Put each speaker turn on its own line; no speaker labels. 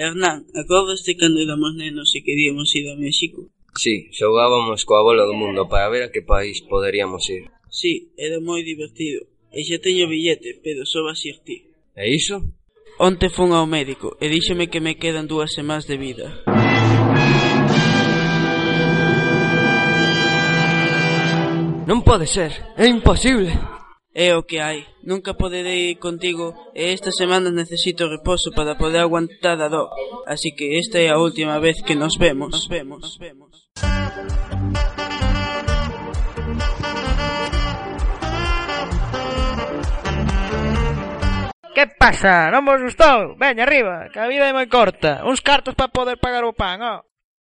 Hernán, acordaste cando éramos nenos e queríamos ir a México?
Sí, xogábamos coa bola do mundo para ver a que país poderíamos ir.
Sí, era moi divertido. E xa teño billete, pero só vas ir ti.
E iso?
Onte fun ao médico e díxome que me quedan dúas semanas de vida.
Non pode ser, é imposible.
É o que hai. Nunca poderei ir contigo e esta semana necesito reposo para poder aguantar a dor. Así que esta é a última vez que nos vemos. Nos vemos. Nos vemos.
Que pasa? Non vos gustou? Veña, arriba, que a vida é moi corta. Uns cartos para poder pagar o pan, oh. ó.